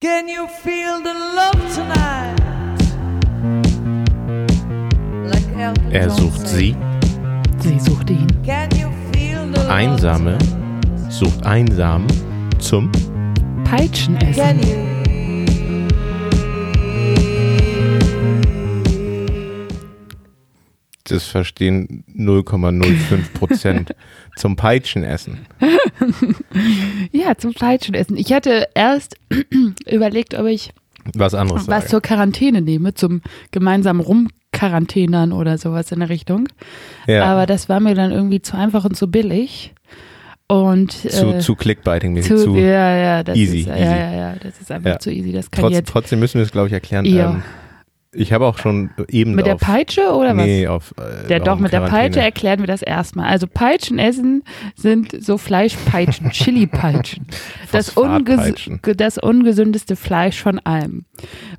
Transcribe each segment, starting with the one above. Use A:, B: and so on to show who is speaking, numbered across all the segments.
A: Can you feel the love tonight? Like Elton
B: Er
A: John
B: sucht
A: said.
B: sie,
C: Sie sucht ihn.
A: Can you feel the love
B: Einsame,
A: tonight?
B: sucht einsam zum
C: Peitschen
A: Can
C: essen.
A: you?
B: das verstehen 0,05 Prozent zum Peitschenessen.
C: Ja, zum Peitschen essen. Ich hatte erst überlegt, ob ich
B: Was anderes
C: was
B: sage.
C: zur Quarantäne nehme, zum gemeinsamen Rumquarantänern oder sowas in der Richtung.
B: Ja,
C: Aber das war mir dann irgendwie zu einfach und zu billig. Und
B: zu,
C: äh,
B: zu Clickbiting, zu,
C: zu- ja, ja, das
B: easy,
C: ist, ja,
B: easy.
C: ja, ja, das ist einfach
B: Ja.
C: zu easy. Das kann
B: trotz,
C: jetzt
B: trotzdem müssen wir es, glaube ich, erklären.
C: Ja.
B: Ähm, ich habe auch schon eben
C: mit der
B: auf,
C: Peitsche oder was?
B: nee, auf äh,
C: Der
B: auf
C: doch, mit der
B: Quarantäne.
C: Peitsche erklären wir das erstmal. Also Peitschen essen sind so Fleischpeitschen, Chili-Peitschen. Das,
B: Phosphatpeitschen.
C: unges- das ungesündeste Fleisch von allem.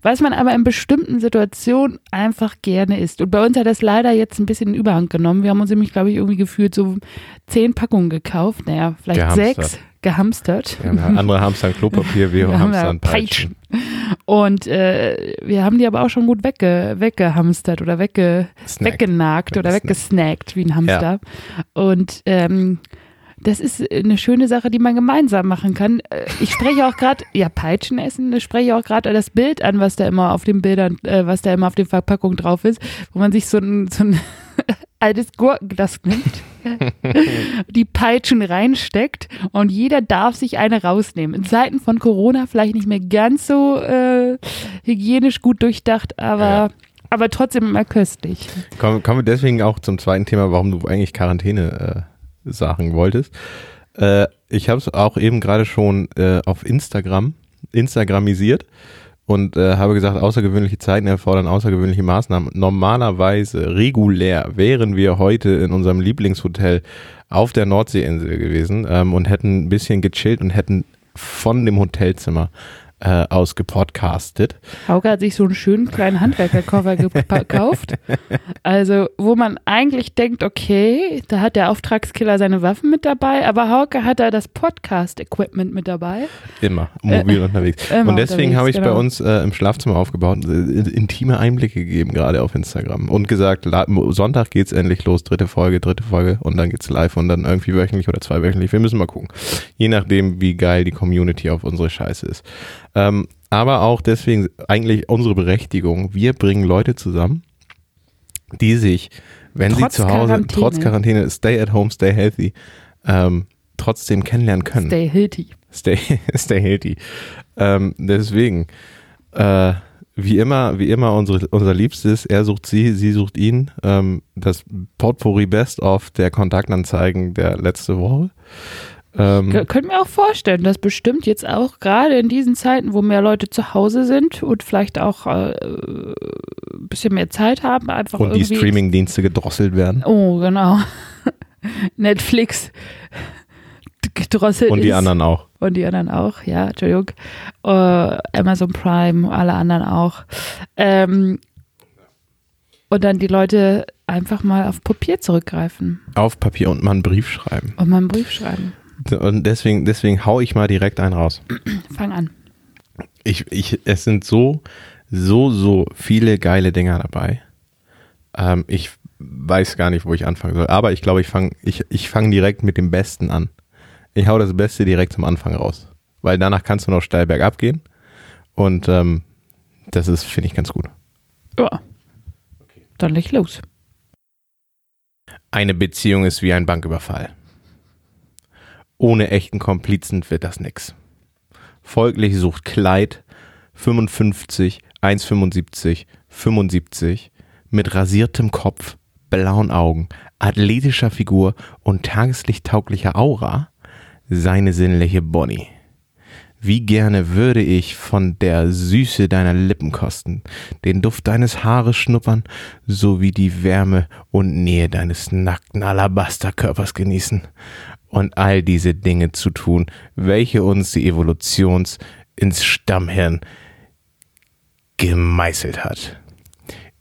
C: Was man aber in bestimmten Situationen einfach gerne isst. Und bei uns hat das leider jetzt ein bisschen den Überhand genommen. Wir haben uns nämlich, glaube ich, irgendwie gefühlt so zehn Packungen gekauft. Naja, vielleicht
B: Gehamstert.
C: sechs gehamstert.
B: Ja, andere hamstern Klopapier, wir,
C: Wir haben ja
B: hamstern Peitschen.
C: Und äh, wir haben die aber auch schon gut wegge weggehamstert oder wegge
B: Snack.
C: weggenagt oder
B: Weggesnackt.
C: weggesnackt wie ein Hamster. Und ähm, das ist eine schöne Sache, die man gemeinsam machen kann. Äh, Ich spreche auch gerade, ja, Peitschen essen, ich spreche auch gerade das Bild an, was da immer auf den Bildern, äh, was da immer auf den Verpackungen drauf ist, wo man sich so ein, so ein altes Gurkenglas nimmt, die Peitschen reinsteckt und jeder darf sich eine rausnehmen. In Zeiten von Corona vielleicht nicht mehr ganz so äh, hygienisch gut durchdacht, aber,
B: Ja.
C: aber trotzdem immer köstlich.
B: Kommen, kommen wir deswegen auch zum zweiten Thema, warum du eigentlich Quarantäne äh, sagen wolltest. Äh, ich habe es auch eben gerade schon äh, auf Instagram, Instagramisiert und äh, habe gesagt, außergewöhnliche Zeiten erfordern außergewöhnliche Maßnahmen. Normalerweise, regulär, wären wir heute in unserem Lieblingshotel auf der Nordseeinsel gewesen ähm, und hätten ein bisschen gechillt und hätten von dem Hotelzimmer äh, aus gepodcastet.
C: Hauke hat sich so einen schönen kleinen Handwerkerkoffer gepa- gekauft. Also, wo man eigentlich denkt, okay, da hat der Auftragskiller seine Waffen mit dabei, aber Hauke hat da das Podcast-Equipment mit dabei.
B: Immer, mobil unterwegs.
C: Äh, immer
B: und deswegen
C: unterwegs,
B: habe ich es bei
C: genau.
B: uns äh, im Schlafzimmer aufgebaut, und, äh, intime Einblicke gegeben, gerade auf Instagram. Und gesagt, la- mo- Sonntag geht's endlich los, dritte Folge, dritte Folge und dann geht's live und dann irgendwie wöchentlich oder zweiwöchentlich. Wir müssen mal gucken. Je nachdem, wie geil die Community auf unsere Scheiße ist. Ähm, aber auch deswegen eigentlich unsere Berechtigung. Wir bringen Leute zusammen, die sich, wenn
C: Trotz
B: sie zu Hause,
C: Quarantäne.
B: trotz Quarantäne, stay at home, stay healthy, ähm, trotzdem kennenlernen können.
C: Stay healthy.
B: Stay, stay healthy. Ähm, deswegen, äh, wie immer, wie immer unsere, unser Liebstes, er sucht sie, sie sucht ihn. Ähm, das Portfolio Best of der Kontaktanzeigen der letzte Woche.
C: K
B: Ähm,
C: können wir auch vorstellen, dass bestimmt jetzt auch gerade in diesen Zeiten, wo mehr Leute zu Hause sind und vielleicht auch äh, ein bisschen mehr Zeit haben, einfach
B: und die
C: irgendwie
B: Streamingdienste gedrosselt werden.
C: Oh, genau. Netflix gedrosselt
B: Und die
C: ist.
B: anderen auch.
C: Und die anderen auch, ja, Entschuldigung. Äh, Amazon Prime, alle anderen auch. Ähm, und dann die Leute einfach mal auf Papier zurückgreifen
B: Auf Papier und mal einen Brief schreiben.
C: und mal einen Brief schreiben.
B: Und deswegen, deswegen hau ich mal direkt einen raus.
C: Fang an.
B: ich, ich, es sind so, so, so viele geile Dinger dabei. Ähm, ich weiß gar nicht, wo ich anfangen soll. Aber ich glaube, ich fange ich, ich fang direkt mit dem Besten an. Ich hau das Beste direkt zum Anfang raus. Weil danach kannst du noch steil bergab gehen. Und ähm, das ist, finde ich, ganz gut.
C: Ja. Dann leg los.
B: Eine Beziehung ist wie ein Banküberfall. Ohne echten Komplizen wird das nix. Folglich sucht Kleid 55, 175, 75 mit rasiertem Kopf, blauen Augen, athletischer Figur und tageslichttauglicher Aura seine sinnliche Bonnie. Wie gerne würde ich von der Süße deiner Lippen kosten, den Duft deines Haares schnuppern, sowie die Wärme und Nähe deines nackten Alabasterkörpers genießen und all diese Dinge zu tun, welche uns die Evolutions ins Stammhirn gemeißelt hat.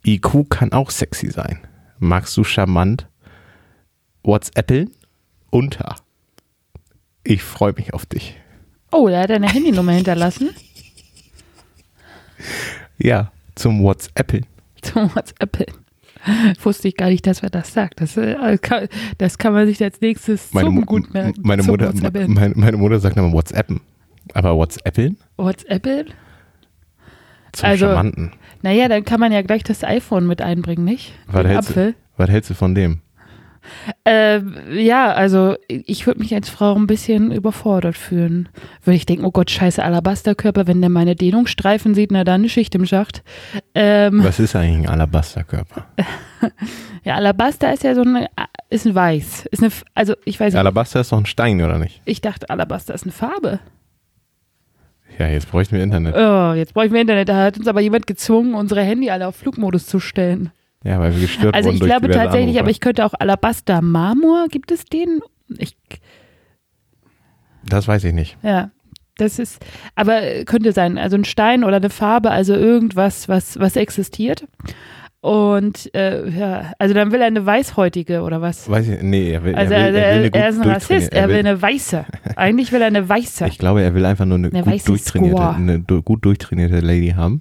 B: IQ kann auch sexy sein. Magst du charmant WhatsAppeln? Unter. Ich freue mich auf dich.
C: Oh, da hat er eine Handynummer hinterlassen.
B: Ja, zum WhatsAppeln.
C: Zum WhatsApp. Wusste ich gar nicht, dass man das sagt. Das, äh, kann, das kann man sich als nächstes
B: Meine,
C: zum
B: Mu-
C: gut merken.
B: meine,
C: zum
B: Mutter,
C: WhatsAppeln.
B: meine, meine Mutter sagt immer WhatsAppen. Aber WhatsAppeln?
C: WhatsAppeln?
B: Zum
C: Also-
B: Charmanten.
C: Naja, dann kann man ja gleich das iPhone mit einbringen, nicht?
B: Was
C: Den
B: hältst,
C: Apfel.
B: du, was hältst du von dem?
C: Ähm, ja, also ich würde mich als Frau ein bisschen überfordert fühlen. Würde ich denken, oh Gott, scheiße Alabasterkörper, wenn der meine Dehnungsstreifen sieht, na dann eine Schicht im Schacht. Ähm,
B: Was ist eigentlich ein Alabasterkörper?
C: ja, Alabaster ist ja so ein, ist ein Weiß. Ist eine, F- also ich weiß nicht,
B: Alabaster ist doch ein Stein, oder nicht?
C: ich dachte, Alabaster ist eine Farbe.
B: Ja, jetzt bräuchten wir Internet.
C: Oh, jetzt brauche ich mehr Internet. Da hat uns aber jemand gezwungen, unsere Handy alle auf Flugmodus zu stellen.
B: Ja, weil wir gestört
C: Also
B: wurden
C: ich
B: durch
C: glaube
B: diverse
C: tatsächlich,
B: Anrufe.
C: aber ich könnte auch Alabaster Marmor, gibt es den? Ich,
B: Das weiß ich nicht.
C: ja, das ist, aber äh, könnte sein, also ein Stein oder eine Farbe, also irgendwas, was, was existiert. Und äh, ja, also dann will er eine Weißhäutige oder was?
B: Weiß ich, nee, er will,
C: Also
B: er
C: er,
B: will, er will eine
C: er,
B: gut
C: ist ein Rassist,
B: durchtrainierte-
C: er will eine Weiße. Eigentlich will er eine Weiße.
B: Ich glaube, er will einfach nur eine,
C: Eine weiße
B: gut, durchtrainierte,
C: Squaw.
B: eine du, gut durchtrainierte Lady haben.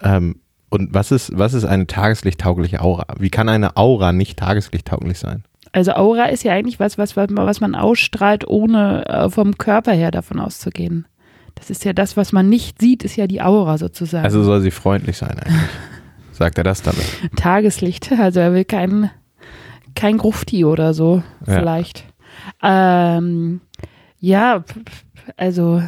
B: Ähm, und was ist, was ist eine tageslichttaugliche Aura? Wie kann eine Aura nicht tageslichttauglich sein?
C: Also Aura ist ja eigentlich was, was, was, man- was man ausstrahlt, ohne äh, vom Körper her davon auszugehen. Das ist ja das, was man nicht sieht, ist ja die Aura sozusagen.
B: Also soll sie freundlich sein eigentlich. Sagt er das damit?
C: Tageslicht. Also er will kein, kein Grufti oder so,
B: Ja.
C: vielleicht. Ähm, ja, p- p- also,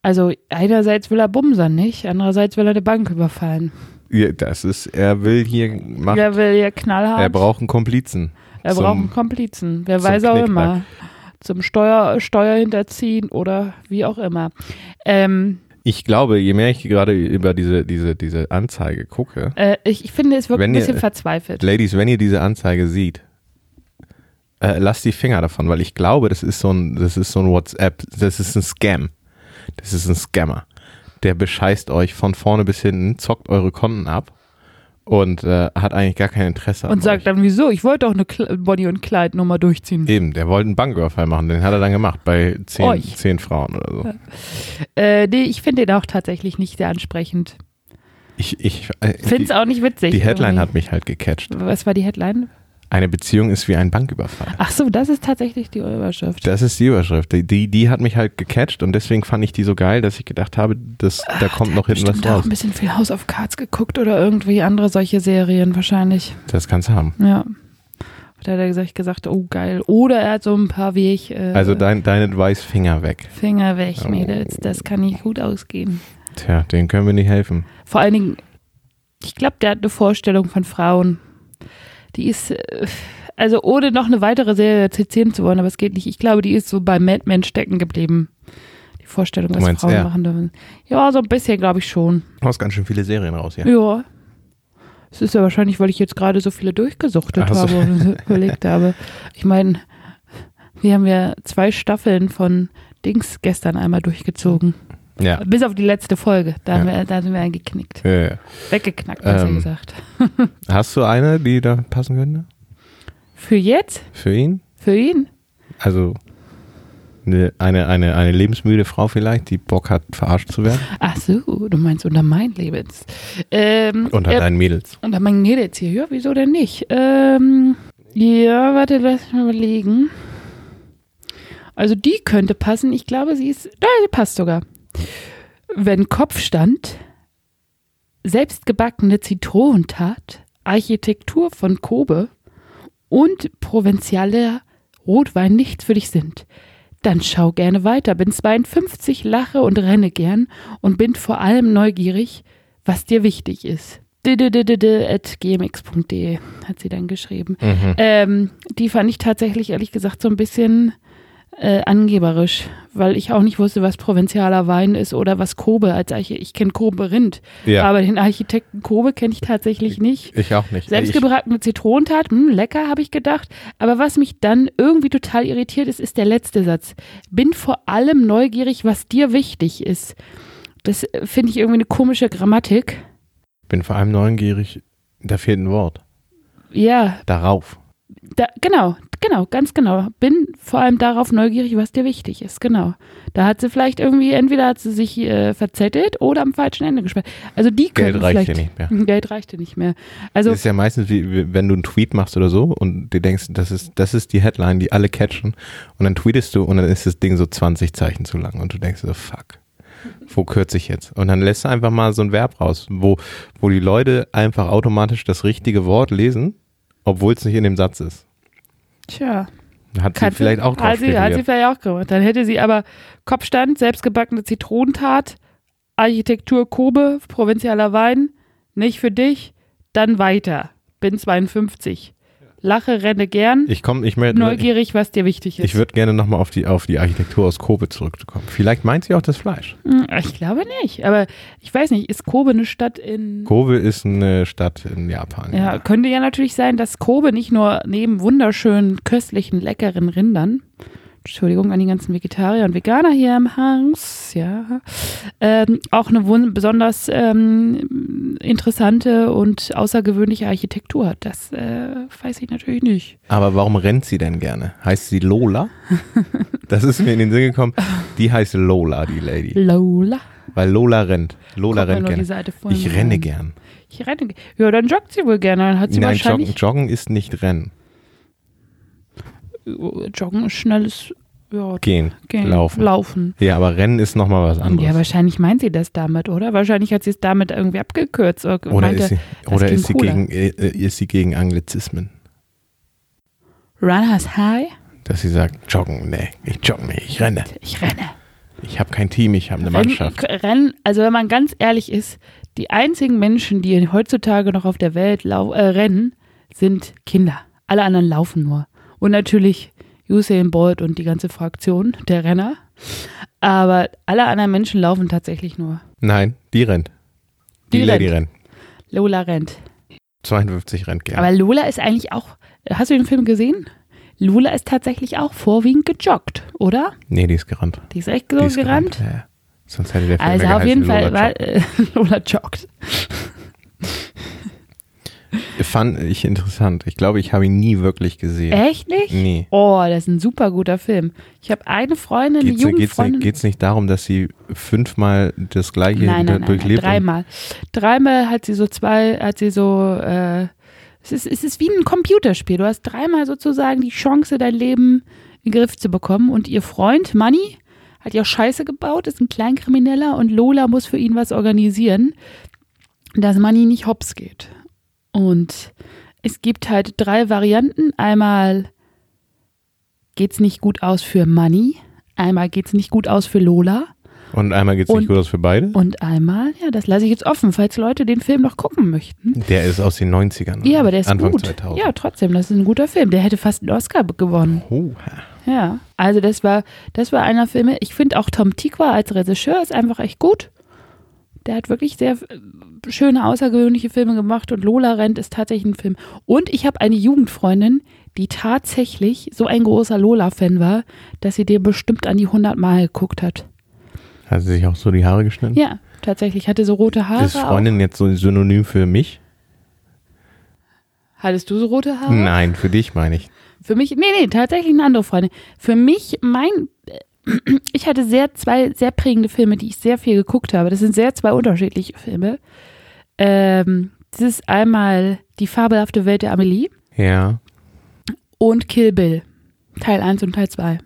C: also einerseits will er bumsern, nicht? Andererseits will er eine Bank überfallen.
B: Ja, Das ist, er will hier machen.
C: Er will ja knallhart.
B: er braucht einen Komplizen.
C: er
B: zum-
C: braucht einen Komplizen. Wer
B: zum
C: weiß auch
B: Knickknack.
C: immer. Zum Steuer, Steuer hinterziehen oder wie auch immer. Ähm,
B: Ich glaube, je mehr ich gerade über diese, diese, diese Anzeige gucke,
C: äh, ich, ich finde, es wirkt
B: Wenn
C: ein
B: ihr-
C: bisschen verzweifelt.
B: Ladies, wenn ihr diese Anzeige seht, äh, lasst die Finger davon, weil ich glaube, das ist so ein, das ist so ein WhatsApp, das ist ein Scam. Das ist ein Scammer. Der bescheißt euch von vorne bis hinten, zockt eure Konten ab und äh, hat eigentlich gar kein Interesse an
C: Und sagt
B: euch.
C: dann, wieso? Ich wollte doch eine Kle- Bonnie und Clyde Nummer durchziehen.
B: Eben, der wollte einen Banküberfall machen, den hat er dann gemacht bei zehn,
C: Euch.
B: zehn Frauen oder so.
C: Äh, nee, ich finde den auch tatsächlich nicht sehr ansprechend.
B: Ich, ich, äh,
C: Find's
B: die,
C: auch nicht witzig.
B: die Headline
C: irgendwie.
B: hat mich halt gecatcht.
C: Was war die Headline?
B: Eine Beziehung ist wie ein Banküberfall.
C: Ach so, das ist tatsächlich die Überschrift.
B: Das ist die Überschrift. Die, die, die hat mich halt gecatcht und deswegen fand ich die so geil, dass ich gedacht habe, das, da kommt noch hinten was
C: Bestimmt auch
B: raus.
C: ein bisschen viel House of Cards geguckt oder irgendwie andere solche Serien wahrscheinlich.
B: Das kannst du haben.
C: Ja. Da hat er gesagt, gesagt, oh geil. Oder er hat so ein paar Weg, äh,
B: Also dein, dein Advice Finger weg.
C: Finger weg,
B: Oh.
C: Mädels. Das kann nicht gut ausgehen.
B: Tja, denen können wir nicht helfen.
C: Vor allen Dingen, ich glaube, der hat eine Vorstellung von Frauen. Die ist, äh, also ohne noch eine weitere Serie zitieren zu wollen, aber es geht nicht. Ich glaube, die ist so bei Mad Men stecken geblieben. Die Vorstellung,
B: Du
C: was
B: meinst
C: Frauen
B: er?
C: machen dürfen. Ja, so ein bisschen, glaube ich schon.
B: Du hast ganz schön viele Serien raus, ja.
C: Ja. Es ist ja wahrscheinlich, weil ich jetzt gerade so viele durchgesuchtet
B: Ach so.
C: habe und so überlegt habe. Ich meine, wir haben ja zwei Staffeln von Dings gestern einmal durchgezogen.
B: Ja.
C: Bis auf die letzte Folge. Da, haben
B: Ja.
C: wir, da sind wir eingeknickt.
B: Ja, ja.
C: Weggeknackt, besser
B: Ähm,
C: gesagt.
B: Hast du eine, die da passen könnte?
C: Für jetzt?
B: Für ihn?
C: Für ihn?
B: Also eine, eine, eine, eine lebensmüde Frau vielleicht, die Bock hat, verarscht zu werden?
C: Ach so, du meinst unter mein Lebens. Ähm,
B: Unter
C: äh,
B: deinen Mädels.
C: unter mein Mädels hier. Ja, wieso denn nicht? Ähm, ja, warte, lass mich mal überlegen. Also die könnte passen. Ich glaube, sie ist, da sie passt sogar. Wenn Kopf stand, selbstgebackene Zitronentat, Architektur von Kobe und provinzialer Rotwein nichts für dich sind. Dann schau gerne weiter, bin 52, lache und renne gern und bin vor allem neugierig, was dir wichtig ist. Didididide at gmx.de hat sie dann geschrieben. Ähm, die fand ich tatsächlich ehrlich gesagt so ein bisschen äh, angeberisch, weil ich auch nicht wusste, was provinzialer Wein ist oder was Kobe als Arche ich kenne Kobe Rind,
B: Ja.
C: aber den Architekten Kobe kenne ich tatsächlich nicht.
B: Ich auch nicht. ich,
C: Selbstgebrackene Zitronentat, hm, lecker, habe ich gedacht. Aber was mich dann irgendwie total irritiert ist, ist der letzte Satz. Bin vor allem neugierig, was dir wichtig ist. Das äh, finde ich irgendwie eine komische Grammatik.
B: bin vor allem neugierig, da fehlt ein Wort.
C: Ja,
B: Darauf.
C: da, genau, Genau, ganz genau. Bin vor allem darauf neugierig, was dir wichtig ist. Genau. Da hat sie vielleicht irgendwie, entweder hat sie sich äh, verzettelt oder am falschen Ende gespart. Also die
B: Geld
C: könnten
B: reicht dir
C: vielleicht,
B: nicht mehr.
C: Geld reichte nicht mehr. Also
B: Das ist ja meistens wie, wenn du einen Tweet machst oder so und dir denkst, das ist, das ist die Headline, die alle catchen und dann tweetest du und dann ist das Ding so 20 Zeichen zu lang und du denkst so, fuck, wo kürze ich jetzt? Und dann lässt du einfach mal so ein Verb raus, wo, wo die Leute einfach automatisch das richtige Wort lesen, obwohl es nicht in dem Satz ist.
C: Tja,
B: Hat
C: kann
B: sie vielleicht auch drauf
C: hat sie, hat sie
B: spekuliert.
C: vielleicht auch gemacht. Dann hätte sie aber Kopfstand, selbstgebackene Zitronentat, Architektur Kobe, provinzialer Wein, nicht für dich, dann weiter. Bin 52. Lache, renne gern,
B: Ich komme, ich möchte, ich,
C: neugierig, was dir wichtig ist.
B: ich würde gerne nochmal auf die, auf die Architektur aus Kobe zurückkommen. Vielleicht meint sie auch das Fleisch.
C: Hm, Ich glaube nicht, aber ich weiß nicht, ist Kobe eine Stadt in.
B: Kobe ist eine Stadt in Japan.
C: Ja, könnte ja natürlich sein, dass Kobe nicht nur neben wunderschönen, köstlichen, leckeren Rindern, Entschuldigung an die ganzen Vegetarier und Veganer hier im Haus, ja, ähm, auch eine wun- besonders ähm, interessante und außergewöhnliche Architektur hat. Das äh, weiß ich natürlich nicht.
B: Aber warum rennt sie denn gerne? Heißt sie Lola? Das ist mir in den Sinn gekommen. Die heißt Lola, die Lady.
C: Lola.
B: Weil Lola rennt. Lola
C: Guck mal
B: rennt
C: nur die
B: gerne.
C: Seite vorne
B: Ich renne
C: rein.
B: gern.
C: Ich renne. ge- Ja, dann joggt sie wohl gerne. Dann hat sie
B: Nein,
C: wahrscheinlich.
B: joggen, joggen ist nicht rennen.
C: äh, Joggen ist schnelles ja,
B: Gehen,
C: Gehen.
B: laufen.
C: Laufen.
B: Ja, aber rennen ist nochmal was
C: Ja,
B: anderes.
C: wahrscheinlich meint sie das damit, oder? Wahrscheinlich hat sie es damit irgendwie abgekürzt. Oder,
B: oder
C: meinte,
B: ist sie,
C: das
B: oder
C: klingt
B: ist sie,
C: cooler.
B: gegen, äh, äh, ist sie gegen Anglizismen?
C: Runners High?
B: Dass sie sagt, joggen, nee, ich jogge nicht, ich renne.
C: Ich renne.
B: Ich habe kein Team, ich habe eine Mannschaft.
C: Rennen, Rennen, also wenn man ganz ehrlich ist, die einzigen Menschen, die heutzutage noch auf der Welt lau äh, rennen, sind Kinder. Alle anderen laufen nur. Und natürlich Usain Bolt und die ganze Fraktion der Renner. Aber alle anderen Menschen laufen tatsächlich nur.
B: Nein, die rennt. Die,
C: Die
B: Lady rennt.
C: Lola rennt.
B: 52 rennt gerne.
C: Aber Lola ist eigentlich auch. Hast du den Film gesehen? Lola ist tatsächlich auch vorwiegend gejoggt, oder?
B: nee, die ist gerannt.
C: Die ist echt so
B: Die ist
C: gerannt.
B: Ja, ja. Sonst hätte der Film
C: Also
B: ja
C: auf jeden Fall
B: geheißen,
C: war äh, Lola joggt.
B: Lola Fand ich interessant. Ich glaube, ich habe ihn nie wirklich gesehen.
C: Echt nicht?
B: Nee.
C: Oh, das ist ein super guter Film. Ich habe eine Freundin,
B: Geht's,
C: eine
B: geht's, nicht,
C: Jugendfreundin.
B: geht's nicht darum, dass sie fünfmal das gleiche
C: nein, nein, nein, nein,
B: durchlebt? und-
C: dreimal. Dreimal hat sie so zwei, hat sie so, äh, es, ist, es ist wie ein Computerspiel. Du hast dreimal sozusagen die Chance, dein Leben in den Griff zu bekommen. Und ihr Freund, Manny, hat ja Scheiße gebaut, ist ein Kleinkrimineller und Lola muss für ihn was organisieren, dass Manny nicht hops geht. Und es gibt halt drei Varianten. Einmal geht's nicht gut aus für Manny, einmal geht's nicht gut aus für Lola
B: und einmal geht's
C: Und-
B: nicht gut aus für beide?
C: und einmal, ja, das lasse ich jetzt offen, falls Leute den Film noch gucken möchten.
B: Der ist aus den 90ern.
C: Ja, aber der ist
B: Anfang
C: gut.
B: 2000.
C: Ja, trotzdem, das ist ein guter Film. Der hätte fast einen Oscar be- gewonnen.
B: Oha.
C: Ja. Also das war, das war einer Filme. Ich finde auch Tom Tikwa als Regisseur ist einfach echt gut. Der hat wirklich sehr äh, schöne, außergewöhnliche Filme gemacht und Lola rennt ist tatsächlich ein Film. Und ich habe eine Jugendfreundin, die tatsächlich so ein großer Lola-Fan war, dass sie den bestimmt an die 100 Mal geguckt hat.
B: Hat sie sich auch so die Haare geschnitten?
C: Ja, tatsächlich hatte so rote Haare.
B: Ist Freundin jetzt so ein Synonym für mich?
C: auch. Hattest du so rote Haare?
B: Nein, für dich meine ich.
C: Für mich, nee, nee, tatsächlich eine andere Freundin. Für mich, mein, äh, ich hatte sehr zwei sehr prägende Filme, die ich sehr viel geguckt habe. Das sind sehr zwei unterschiedliche Filme. Ähm, das ist einmal Die fabelhafte Welt der Amelie
B: Ja,
C: und Kill Bill. Teil 1 und Teil 2.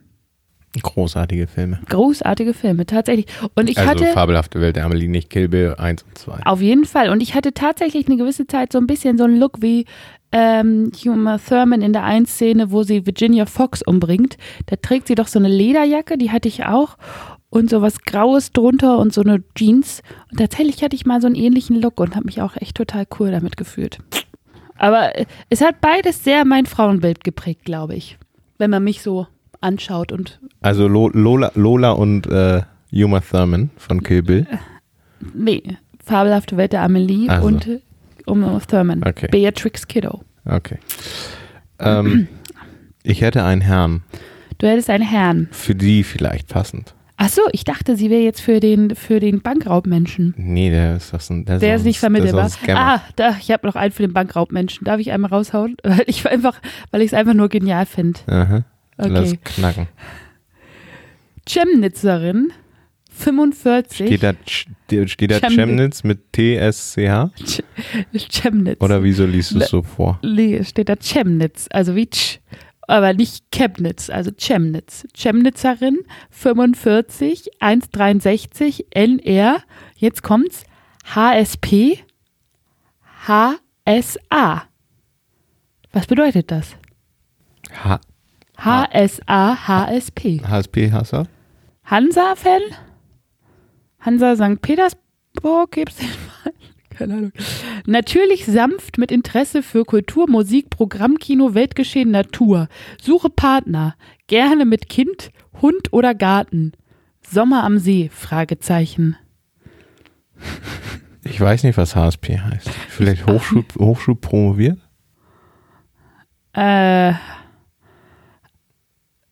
B: großartige Filme.
C: Großartige Filme, tatsächlich. Und ich
B: also
C: hatte.
B: fabelhafte Welt der Amelie, nicht Kill Bill 1 und 2.
C: Auf jeden Fall. Und ich hatte tatsächlich eine gewisse Zeit so ein bisschen so einen Look wie ähm, Uma Thurman in der einen Szene, wo sie Virginia Fox umbringt. Da trägt sie doch so eine Lederjacke, die hatte ich auch. Und so was Graues drunter und so eine Jeans. Und tatsächlich hatte ich mal so einen ähnlichen Look und habe mich auch echt total cool damit gefühlt. Aber äh, es hat beides sehr mein Frauenbild geprägt, glaube ich. Wenn man mich so anschaut und
B: Also Lo Lola, Lola und äh, Uma Thurman von Kill Bill.
C: nee, fabelhafte Welt der Amelie
B: Also.
C: und äh, Uma Thurman.
B: Okay.
C: Beatrix Kiddo.
B: Okay. Ähm, ich hätte einen Herrn,
C: Du hättest einen Herrn.
B: für die vielleicht passend.
C: Ach so, ich dachte, sie wäre jetzt für den, für den Bankraubmenschen.
B: Nee, der ist das ein, der,
C: Der
B: ist
C: ist
B: ein-
C: nicht vermittelbar.
B: Der ist ein Scammer.
C: Ah, da, ich habe noch einen für den Bankraubmenschen. Darf ich einmal raushauen? Weil ich einfach, weil ich es einfach nur genial finde.
B: Aha.
C: Ah. Okay.
B: Lass knacken.
C: Chemnitzerin, 45.
B: Steht da, Ch- de- steht da
C: Chemnitz.
B: Chemnitz mit T-S-C-H?
C: Ch- Chemnitz.
B: Oder wieso liest du
C: Le-
B: es so vor?
C: Le- steht da Chemnitz, also wie Tsch, aber nicht Chemnitz, also Chemnitz. Chemnitzerin 45 163 NR, jetzt kommt's, HSP HSA. Was bedeutet das?
B: H
C: HSA, HSP.
B: HSP Hasser?
C: Hansa-Fan? Hansa St. Petersburg gibt's den mal? Keine Ahnung. Natürlich sanft mit Interesse für Kultur, Musik, Programmkino, Weltgeschehen, Natur. Suche Partner. Gerne mit Kind, Hund oder Garten. Sommer am See? Fragezeichen.
B: Ich weiß nicht, was HSP heißt. Vielleicht Hochschul, Hochschul promoviert?
C: Äh,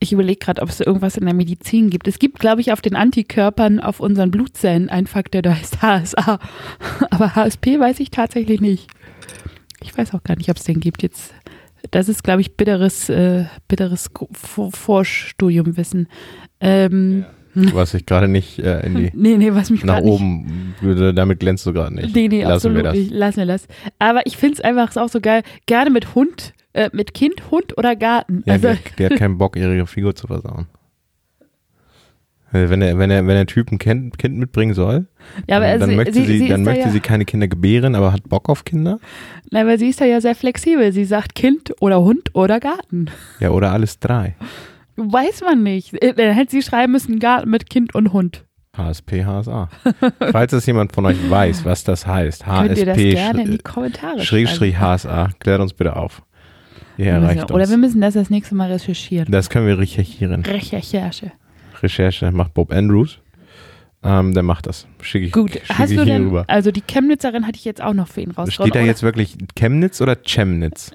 C: ich überlege gerade, ob es irgendwas in der Medizin gibt. Es gibt, glaube ich, auf den Antikörpern, auf unseren Blutzellen einen Faktor, der heißt HSA. Aber HSP weiß ich tatsächlich nicht. Ich weiß auch gar nicht, ob es den gibt. Jetzt, das ist, glaube ich, bitteres, äh, bitteres Ko- Vor- Vorstudiumwissen. Ähm,
B: Was ich gerade nicht äh, in die.
C: Nee, nee, was mich
B: Nach
C: grad nicht-
B: oben, würde- damit glänzt du gerade nicht.
C: Nee, nee,
B: Lassen
C: absolut
B: wir das.
C: nicht. Lassen wir das. Aber ich finde es einfach ist auch so geil. Gerne mit Hund, äh, mit Kind, Hund oder Garten.
B: Ja,
C: also,
B: die, hat- die hat keinen Bock, ihre Figur zu versauen. Äh, Wenn er, wenn er, wenn er Typen kennt, Kind mitbringen soll,
C: ja, aber
B: dann, dann
C: sie,
B: möchte,
C: sie,
B: sie,
C: sie
B: dann
C: ist da
B: möchte
C: ja,
B: sie keine Kinder gebären, aber hat Bock auf Kinder.
C: Nein, weil sie ist da ja sehr flexibel. Sie sagt Kind oder Hund oder Garten.
B: Ja, oder alles drei.
C: Weiß man nicht. Äh, Dann hätte sie schreiben müssen Garten mit Kind und Hund.
B: HSP, HSA. Falls es jemand von euch weiß, was das heißt,
C: Könnt ihr das
B: HSP,
C: gerne in die
B: Sch-
C: Kommentare
B: Schräg,
C: schreiben.
B: Schräg, HSA, klärt uns bitte auf. Ihr
C: Wir müssen-
B: erreicht
C: Oder wir
B: uns.
C: müssen das das nächste Mal recherchieren.
B: Das können wir recherchieren.
C: Recherche.
B: Recherche macht Bob Andrews. Ähm, der macht das. Schicke ich,
C: Gut,
B: schicke
C: hast
B: ich
C: du
B: ihn
C: denn,
B: rüber.
C: also die Chemnitzerin hatte ich jetzt auch noch für ihn rausgehauen.
B: Steht da
C: oder?
B: jetzt wirklich Chemnitz oder Chemnitz?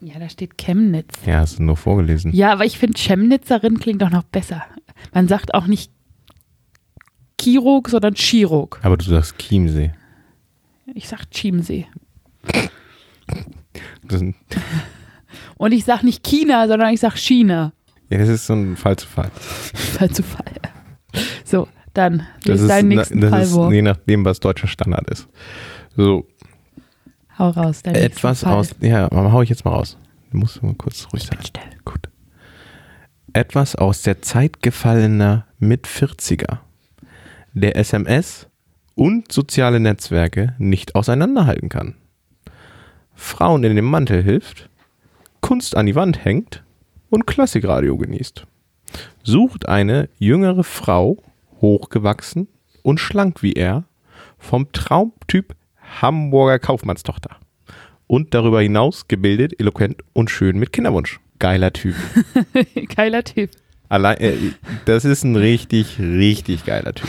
C: Ja, da steht Chemnitz.
B: Ja, hast du nur vorgelesen.
C: Ja, aber ich finde Chemnitzerin klingt doch noch besser. Man sagt auch nicht Chirurg, sondern Chirurg.
B: Aber du sagst Chiemsee.
C: Ich sag Chiemsee.
B: Das ist, ein-
C: Und ich sag nicht China, sondern ich sag China.
B: ja, das ist so ein Fall zu Fall.
C: Fall zu Fall. So, dann
B: Das
C: lese
B: ist,
C: deinen
B: na-
C: nächsten
B: das
C: Fall
B: ist
C: vor.
B: je nachdem, was deutscher Standard ist. So,
C: Hau raus, deinen nächsten
B: etwas
C: Fall.
B: aus. Ja, aber hau ich jetzt mal raus. Du musst mal kurz ruhig sein.
C: still.
B: Gut. Etwas aus der Zeit gefallener Mit-40er, der SMS und soziale Netzwerke nicht auseinanderhalten kann. Frauen in den Mantel hilft, Kunst an die Wand hängt und Klassikradio genießt. Sucht eine jüngere Frau, hochgewachsen und schlank wie er, vom Traumtyp Hamburger Kaufmannstochter und darüber hinaus gebildet, eloquent und schön mit Kinderwunsch. Geiler Typ.
C: Geiler Typ.
B: Allein, äh, das ist ein richtig, richtig geiler Typ.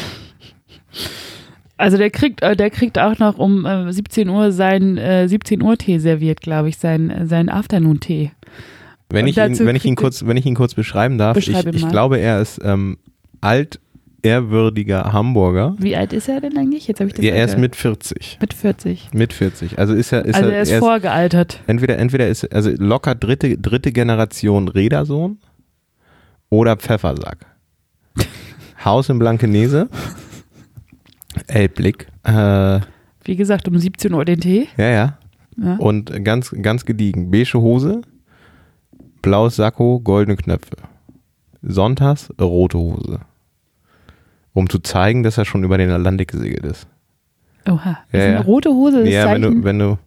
C: Also der kriegt, äh, der kriegt auch noch um äh, 17 Uhr seinen äh, 17 Uhr Tee serviert, glaube ich, sein äh, seinen Afternoon Tee.
B: Wenn
C: Und
B: ich, ihn,
C: dazu
B: wenn, ich ihn
C: kriegt-
B: kurz, wenn ich ihn kurz beschreiben darf,
C: Beschreib ihn
B: ich, ich
C: mal.
B: glaube, er ist ähm, alt, ehrwürdiger Hamburger.
C: Wie alt ist er denn eigentlich? Jetzt habe ich das
B: Ja, er ist
C: Alter.
B: mit 40.
C: mit 40.
B: Mit 40. Also ist er, ist
C: also
B: er,
C: er ist
B: er ist,
C: vorgealtert.
B: entweder, entweder ist also locker dritte, dritte Generation Rädersohn oder Pfeffersack. Haus in Blankenese. Elbblick. Äh,
C: Wie gesagt, um 17 Uhr den Tee.
B: Ja, ja.
C: Ja.
B: Und ganz, ganz gediegen. Beige Hose, blaues Sakko, goldene Knöpfe. Sonntags rote Hose. Um zu zeigen, dass er schon über den Atlantik gesegelt ist.
C: Oha.
B: Ja,
C: ist eine
B: ja.
C: rote Hose das
B: ja, wenn
C: Zeichen.
B: du, wenn du.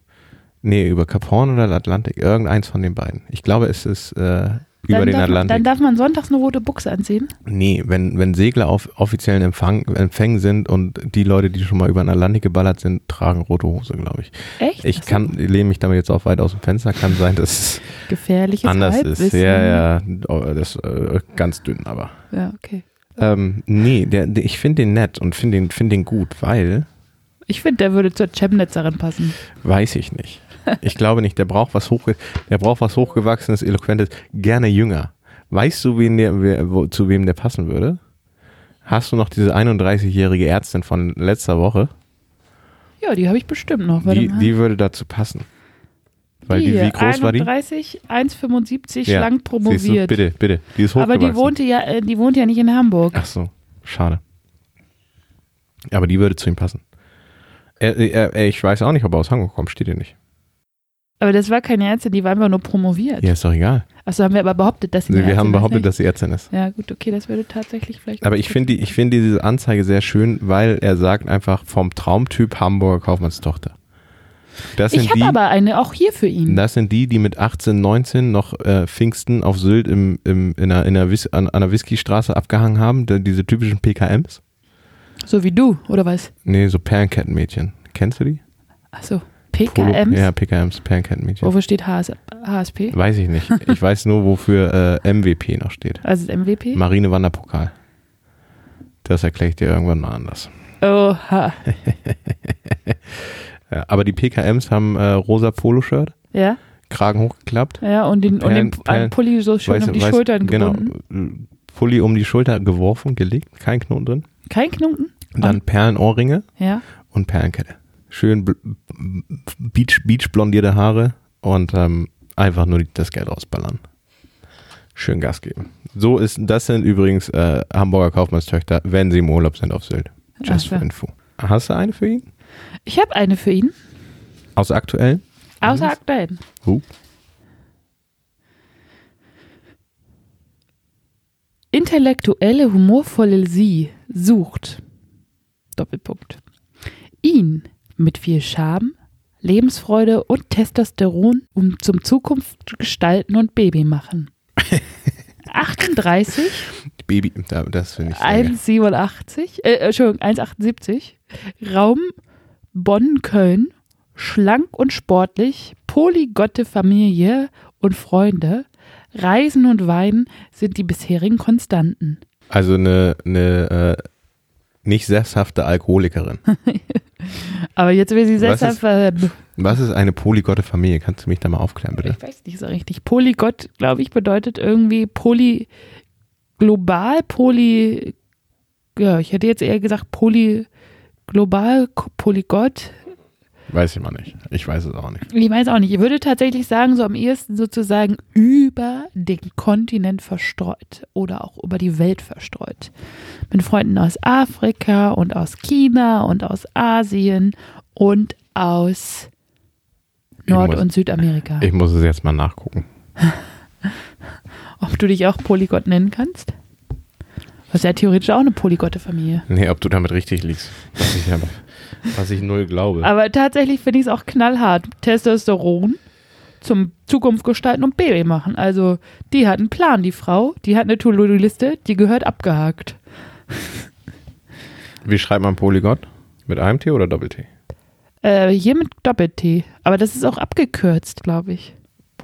B: Nee, über Cap Horn oder Atlantik. Irgendeins von den beiden. Ich glaube, es ist äh, über
C: dann
B: den
C: darf, Dann
B: Atlantik.
C: darf man sonntags eine rote Buchse anziehen.
B: Nee, wenn, wenn Segler auf offiziellen Empfang, Empfängen sind und die Leute, die schon mal über den Atlantik geballert sind, tragen rote Hose, glaube ich.
C: Echt?
B: Ich
C: Ach so,
B: kann, lehne mich damit jetzt auch weit aus dem Fenster. Kann sein, dass es
C: gefährliches
B: anders
C: Halbwissen.
B: ist. Ja, ja, Oh, das äh, ganz dünn, aber.
C: Ja, okay.
B: Ähm, nee, der, der, ich finde den nett und finde den, find den gut, weil,
C: Ich finde, der würde zur Chemnitzerin passen.
B: weiß ich nicht. Ich glaube nicht, der braucht was hochge der braucht was hochgewachsenes, eloquentes, gerne jünger. Weißt du, wen der, wer, wo, zu wem der passen würde? Hast du noch diese 31-jährige Ärztin von letzter Woche?
C: Ja, die habe ich bestimmt noch. Warte
B: Die,
C: mal.
B: die würde dazu passen. Weil die,
C: hier,
B: wie groß war die?
C: 31, 1,75,
B: Ja, siehst
C: schlank
B: du?
C: promoviert.
B: Bitte, bitte. Die ist
C: Aber die
B: hochgewachsen.
C: wohnte ja, äh, die wohnt ja nicht in Hamburg.
B: Ach so, schade. Aber die würde zu ihm passen. Er, er, er, ich weiß auch nicht, ob er aus Hamburg kommt, steht hier nicht.
C: Aber das war keine Ärztin, die war einfach nur promoviert.
B: Ja, ist doch egal.
C: Achso, haben wir aber behauptet, dass sie
B: Also
C: eine
B: wir haben
C: Ärztin ist,
B: behauptet,
C: ne?
B: dass sie Ärztin ist.
C: Ja, gut, okay, das würde tatsächlich vielleicht.
B: Aber ich finde die- ich finde diese Anzeige sehr schön, weil er sagt einfach vom Traumtyp Hamburger Kaufmannstochter. Das
C: Ich
B: sind,
C: habe
B: die,
C: aber eine auch hier für ihn.
B: das sind die, die mit 18, 19 noch äh, Pfingsten auf Sylt im, im, in einer, in einer Whis an, an der Whiskystraße abgehangen haben, da, diese typischen PKMs.
C: So wie du, oder was?
B: Nee, so Perlenkettenmädchen. Kennst du die?
C: Achso,
B: Polo-
C: PKMs.
B: Ja, PKMs, Perlenkettenmädchen.
C: Wofür steht HS HSP?
B: Weiß ich nicht. Ich weiß nur, wofür äh, MWP noch steht.
C: Also das MWP?
B: Marine Wanderpokal. Das erkläre ich dir irgendwann mal anders.
C: Oha.
B: Ja, aber die PKMs haben äh, rosa Poloshirt,
C: Ja,
B: Kragen hochgeklappt.
C: ja, und den, und den
B: Perlen- Perlen-
C: Pulli so schön um die Schultern
B: genau,
C: gebunden.
B: äh, Pulli um die Schulter geworfen, gelegt, kein Knoten drin.
C: Kein Knoten?
B: Und dann Perlenohrringe
C: Ja.
B: und Perlenkette. Schön bl- beach, beach blondierte Haare und ähm, einfach nur die- das Geld ausballern. Schön Gas geben. So ist, das sind übrigens äh, Hamburger Kaufmannstöchter, wenn sie im Urlaub sind auf Sylt. Just
C: Ach so.
B: for info. Hast du eine für ihn?
C: also, Ich habe eine für ihn,
B: Aus aktuell?
C: außer aktuell.
B: Oh.
C: Intellektuelle, humorvolle Sie sucht. Doppelpunkt. Ihn mit viel Charme, Lebensfreude und Testosteron um zum Zukunft gestalten und Baby machen. 38,
B: Baby, da- das finde ich sehr geil.
C: 1,87, äh, Entschuldigung, 1,78. Raum Bonn-Köln, schlank und sportlich, polygotte Familie und Freunde. Reisen und Weinen sind die bisherigen Konstanten.
B: Also eine, eine äh, nicht sesshafte Alkoholikerin.
C: Aber jetzt will sie
B: Was
C: selbst
B: ist-
C: einfach. äh,
B: Was ist eine polygotte Familie? Kannst du mich da mal aufklären, bitte?
C: Ich weiß nicht so richtig. Polygott, glaube ich, bedeutet irgendwie poly. global, poly. Ja, ich hätte jetzt eher gesagt poly. global, polygott.
B: Weiß ich mal nicht. Ich weiß es auch nicht.
C: Ich weiß auch nicht. Ich würde tatsächlich sagen, so am ehesten sozusagen über den Kontinent verstreut oder auch über die Welt verstreut. Mit Freunden aus Afrika und aus China und aus Asien und aus Nord-
B: muss-
C: und Südamerika.
B: Ich muss es jetzt mal nachgucken.
C: Ob du dich auch Polygott nennen kannst? Das ist ja theoretisch auch eine polygotte Familie.
B: Nee, ob du damit richtig liegst. Was ich, aber- was ich null glaube.
C: Aber tatsächlich finde ich es auch knallhart. Testosteron zum Zukunft gestalten und Baby machen. Also, die hat einen Plan, die Frau. Die hat eine To-Do-Liste, die gehört abgehakt.
B: Wie schreibt man Polygott? Mit einem T oder Doppel-T?
C: Äh, hier mit Doppel-T. Aber das ist auch abgekürzt, glaube ich.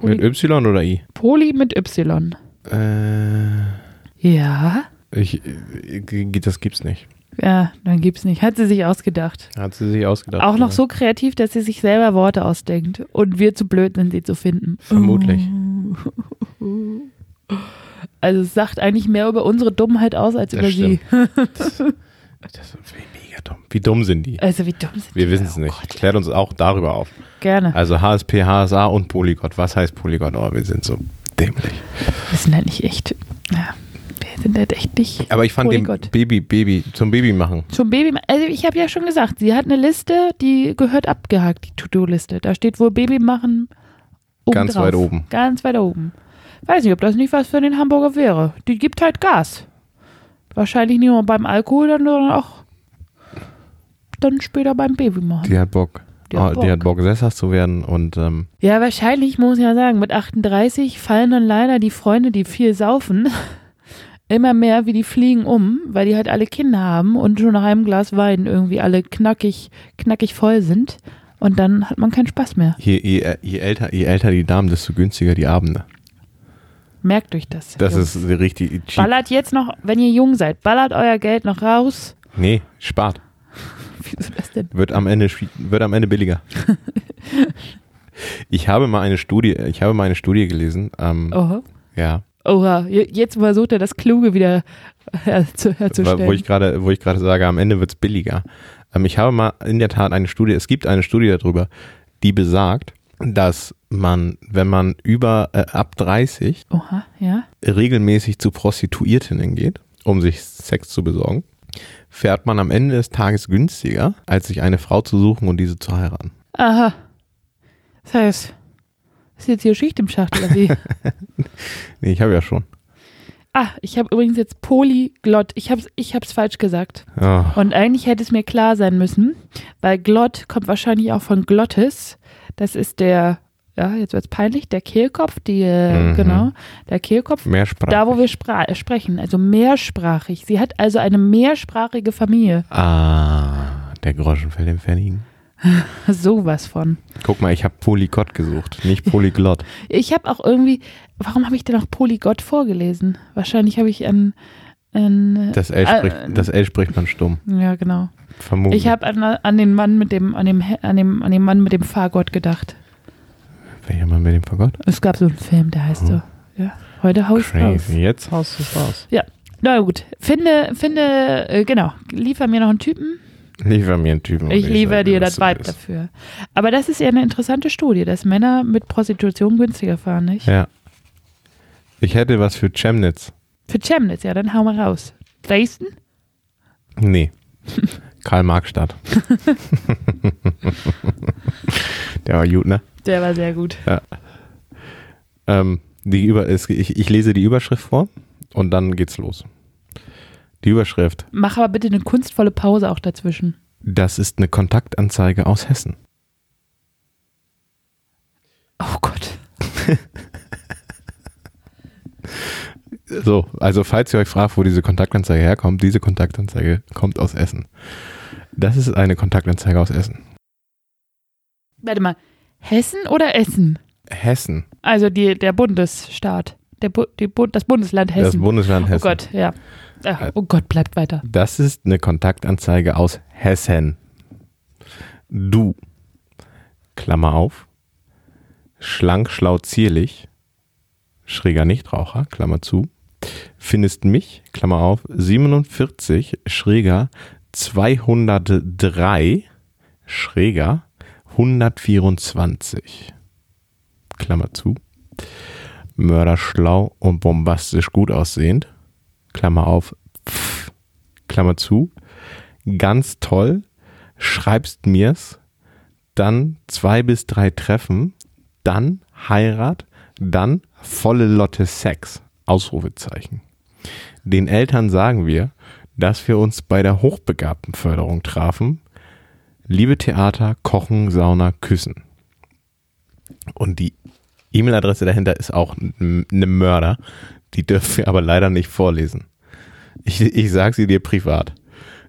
B: Mit
C: Poly,
B: Y oder I?
C: Poly mit Y.
B: Äh,
C: Ja.
B: ich, ich, das gibt's nicht.
C: Ja, dann gibt's nicht. Hat sie sich ausgedacht.
B: Hat sie sich ausgedacht.
C: Auch noch so kreativ, dass sie sich selber Worte ausdenkt. Und wir zu blöd sind, sie zu finden.
B: Vermutlich.
C: Also es sagt eigentlich mehr über unsere Dummheit aus als
B: Das
C: über
B: stimmt.
C: sie.
B: Das ist mega dumm. Wie dumm sind die?
C: Also wie dumm sind
B: Wir
C: die?
B: wissen es
C: Oh
B: nicht.
C: Gott,
B: Klärt uns auch darüber auf.
C: Gerne.
B: Also HSP, HSA und Polygott. Was heißt Polygott? Oh, wir sind so dämlich.
C: Wir sind halt nicht echt. Ja, wir sind halt echt nicht.
B: Aber ich fand den
C: Polygott.
B: Baby, Baby, zum Baby machen.
C: Zum Baby. Also ich habe ja schon gesagt, sie hat eine Liste, die gehört abgehakt, die To-Do-Liste. Da steht wohl Baby machen. oben
B: Ganz
C: drauf.
B: weit oben.
C: Ganz weit oben. Weiß nicht, ob das nicht was für den Hamburger wäre. Die gibt halt Gas. Wahrscheinlich nicht nur beim Alkohol, sondern auch dann später beim Baby machen.
B: Die hat Bock.
C: Die hat
B: oh, die hat Bock, sesshaft zu werden und ähm,
C: Ja, wahrscheinlich muss ich ja sagen, mit 38 fallen dann leider die Freunde, die viel saufen, immer mehr wie die Fliegen um, weil die halt alle Kinder haben und schon nach einem Glas Wein irgendwie alle knackig, knackig voll sind. Und dann hat man keinen Spaß mehr.
B: je, je, je, älter, je älter die Damen, desto günstiger die Abende.
C: Merkt euch das.
B: Das
C: Jungs.
B: ist richtig cheap.
C: Ballert jetzt noch, wenn ihr jung seid, ballert euer Geld noch raus.
B: Nee, spart.
C: Wieso das denn?
B: Wird am Ende, schwi- wird am Ende billiger. ich habe mal eine Studie, ich habe mal eine Studie gelesen, ähm,
C: Oh,
B: ja,
C: Oha, je- jetzt versucht er das Kluge wieder her zu, herzustellen.
B: Wo ich gerade, wo ich gerade sage, am Ende wird es billiger. Ähm, ich habe mal in der Tat eine Studie, es gibt eine Studie darüber, die besagt, dass man, wenn man über äh, ab 30
C: Oha, ja.
B: regelmäßig zu Prostituiertinnen geht, um sich Sex zu besorgen, fährt man am Ende des Tages günstiger, als sich eine Frau zu suchen und diese zu heiraten.
C: Aha. Das heißt, ist jetzt hier Schicht im Schacht oder wie?
B: Nee, ich habe ja schon.
C: ah, ich habe übrigens jetzt Polyglott. Ich habe ich hab's falsch gesagt.
B: Ah,
C: Und eigentlich hätte es mir klar sein müssen, weil Glott kommt wahrscheinlich auch von Glottis. Das ist der, ja, jetzt wird's peinlich, der Kehlkopf, die, äh,
B: Mhm.
C: genau, der Kehlkopf.
B: mehr Sprache.
C: Da, wo wir spra sprechen, also mehrsprachig. Sie hat also eine mehrsprachige Familie.
B: ah, der Groschen fällt im Pfennigen.
C: Sowas von.
B: Guck mal, ich habe Polygott gesucht, nicht Polyglott.
C: Ich habe auch irgendwie, warum habe ich denn auch Polygott vorgelesen? Wahrscheinlich habe ich an, an
B: Das L
C: Äh,
B: spricht, das L spricht man stumm.
C: ja genau.
B: Vermutlich.
C: Ich habe an, an den Mann mit dem, an dem, an dem, an dem Mann mit dem Fahrgott gedacht.
B: Welcher Mann mit dem Vergott?
C: Es gab so einen Film, der heißt so. Ja, heute Haus raus.
B: Hm. Crazy. Jetzt haust du es raus.
C: Na gut, finde, finde, äh, genau, liefer mir noch einen Typen.
B: Liefer mir einen Typen. und
C: Ich liefere
B: Oh, sag
C: dir
B: was
C: das
B: du
C: Weib
B: bist.
C: dafür. Aber das ist ja eine interessante Studie, dass Männer mit Prostitution günstiger fahren, nicht?
B: Ja. Ich hätte was für Chemnitz.
C: Für Chemnitz, ja, dann hau mal raus. Dresden?
B: Nee. Karl-Marx-Stadt. Der war gut, ne?
C: Der war sehr gut.
B: Ähm, die Über es, ich, ich lese die Überschrift vor und dann geht's los. Die Überschrift.
C: Mach aber bitte eine kunstvolle Pause auch dazwischen.
B: Das ist eine Kontaktanzeige aus Hessen.
C: Oh Gott.
B: So, also falls ihr euch fragt, wo diese Kontaktanzeige herkommt, diese Kontaktanzeige kommt aus Essen. Das ist eine Kontaktanzeige aus Essen.
C: Warte mal. Hessen oder Essen?
B: Hessen,
C: Also die, der Bundesstaat. Der Bu die Bu das Bundesland
B: das
C: Hessen.
B: Bundesland Hessen. Äh.
C: Oh Gott, ja. Ach, oh Gott, bleibt weiter.
B: Das ist eine Kontaktanzeige aus Hessen. Du. Klammer auf. Schlank, schlau, zierlich. Schräger Nichtraucher. Klammer zu. Findest mich. Klammer auf. 47. Schräger. 203. Schräger. 124. Klammer zu. Mörder schlau und bombastisch gut aussehend. Klammer auf. Pff. Klammer zu, ganz toll, schreibst mir's, dann zwei bis drei Treffen, dann Heirat, dann volle Lotte Sex, Ausrufezeichen. Den Eltern sagen wir, dass wir uns bei der Hochbegabtenförderung trafen. Liebe Theater, Kochen, Sauna, Küssen. Und die E-Mail-Adresse dahinter ist auch eine Mörder. Die dürfen wir aber leider nicht vorlesen. Ich, ich sag sie dir privat.